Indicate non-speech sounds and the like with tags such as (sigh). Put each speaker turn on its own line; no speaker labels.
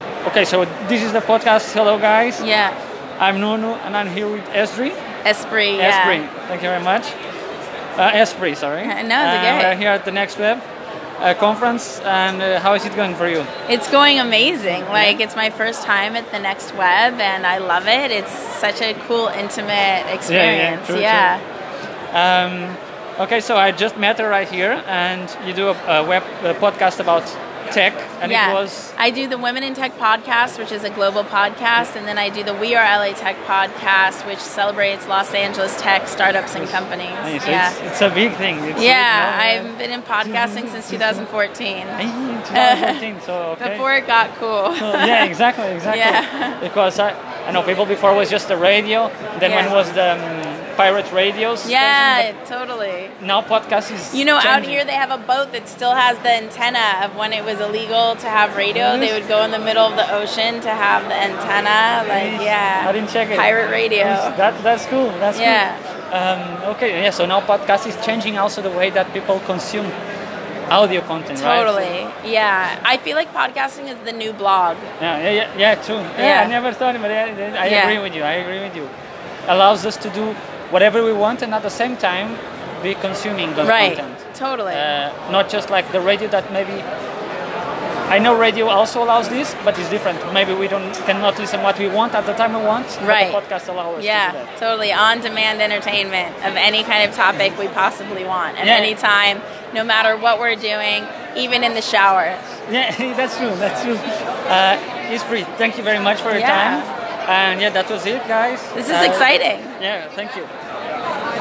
Okay, so this is the podcast. Hello, guys.
Yeah.
I'm Nunu, and I'm here with Esri.
Esprit. Yeah.
Esprit, thank you very much. Uh, Esprit, sorry.
(laughs) No, it's
Uh,
okay.
We're here at the Next Web uh, conference, and uh, how is it going for you?
It's going amazing. Like it's my first time at the Next Web, and I love it. It's such a cool, intimate experience.
true, Um, okay, so I just met her right here, and you do a, a web a podcast about tech, and it was
I do the Women in Tech podcast, which is a global podcast, and then I do the We Are LA Tech podcast, which celebrates Los Angeles tech startups and companies.
nice.
yeah,
It's, it's a big thing. It's,
yeah.
(laughs) you know,
I've been in podcasting since 2014,
uh, 2014, so
(laughs)
okay.
before it got cool.
So, yeah, exactly, exactly.
Yeah.
Because I, I know people before was just the radio. Then
Yeah.
when was the um, pirate radio? station,
(laughs) yeah, totally.
but Now podcast is.
You know, out
changing.
here they have a boat that still has the antenna of when it was illegal to have radio. They would go in the middle of the ocean to have the antenna. Like, yeah.
I didn't check it.
Pirate radio.
That that's cool. That's
Yeah.
cool. Um, okay. Yeah. So now podcast is changing also the way that people consume audio content.
Totally.
Right?
Yeah. I feel like podcasting is the new blog.
Yeah. Yeah. Yeah. yeah true. Yeah.
Yeah.
I never thought, but I, I
Yeah.
agree with you. I agree with you. Allows us to do whatever we want and at the same time be consuming those
right.
content.
Totally.
Uh, not just like the radio that maybe I know radio also allows this, but it's different. Maybe we don't cannot listen what we want at the time we want. but
Right.
the podcast allows us to do
yeah,
that.
totally. On demand entertainment of any kind of topic we possibly want at
Yeah.
any time, no matter what we're doing, even in the shower.
Yeah, (laughs) that's true. That's true. Uh, it's free. Thank you very much for your
Yeah.
time. And yeah, that was it, guys.
This is
Uh,
exciting.
Yeah, thank you.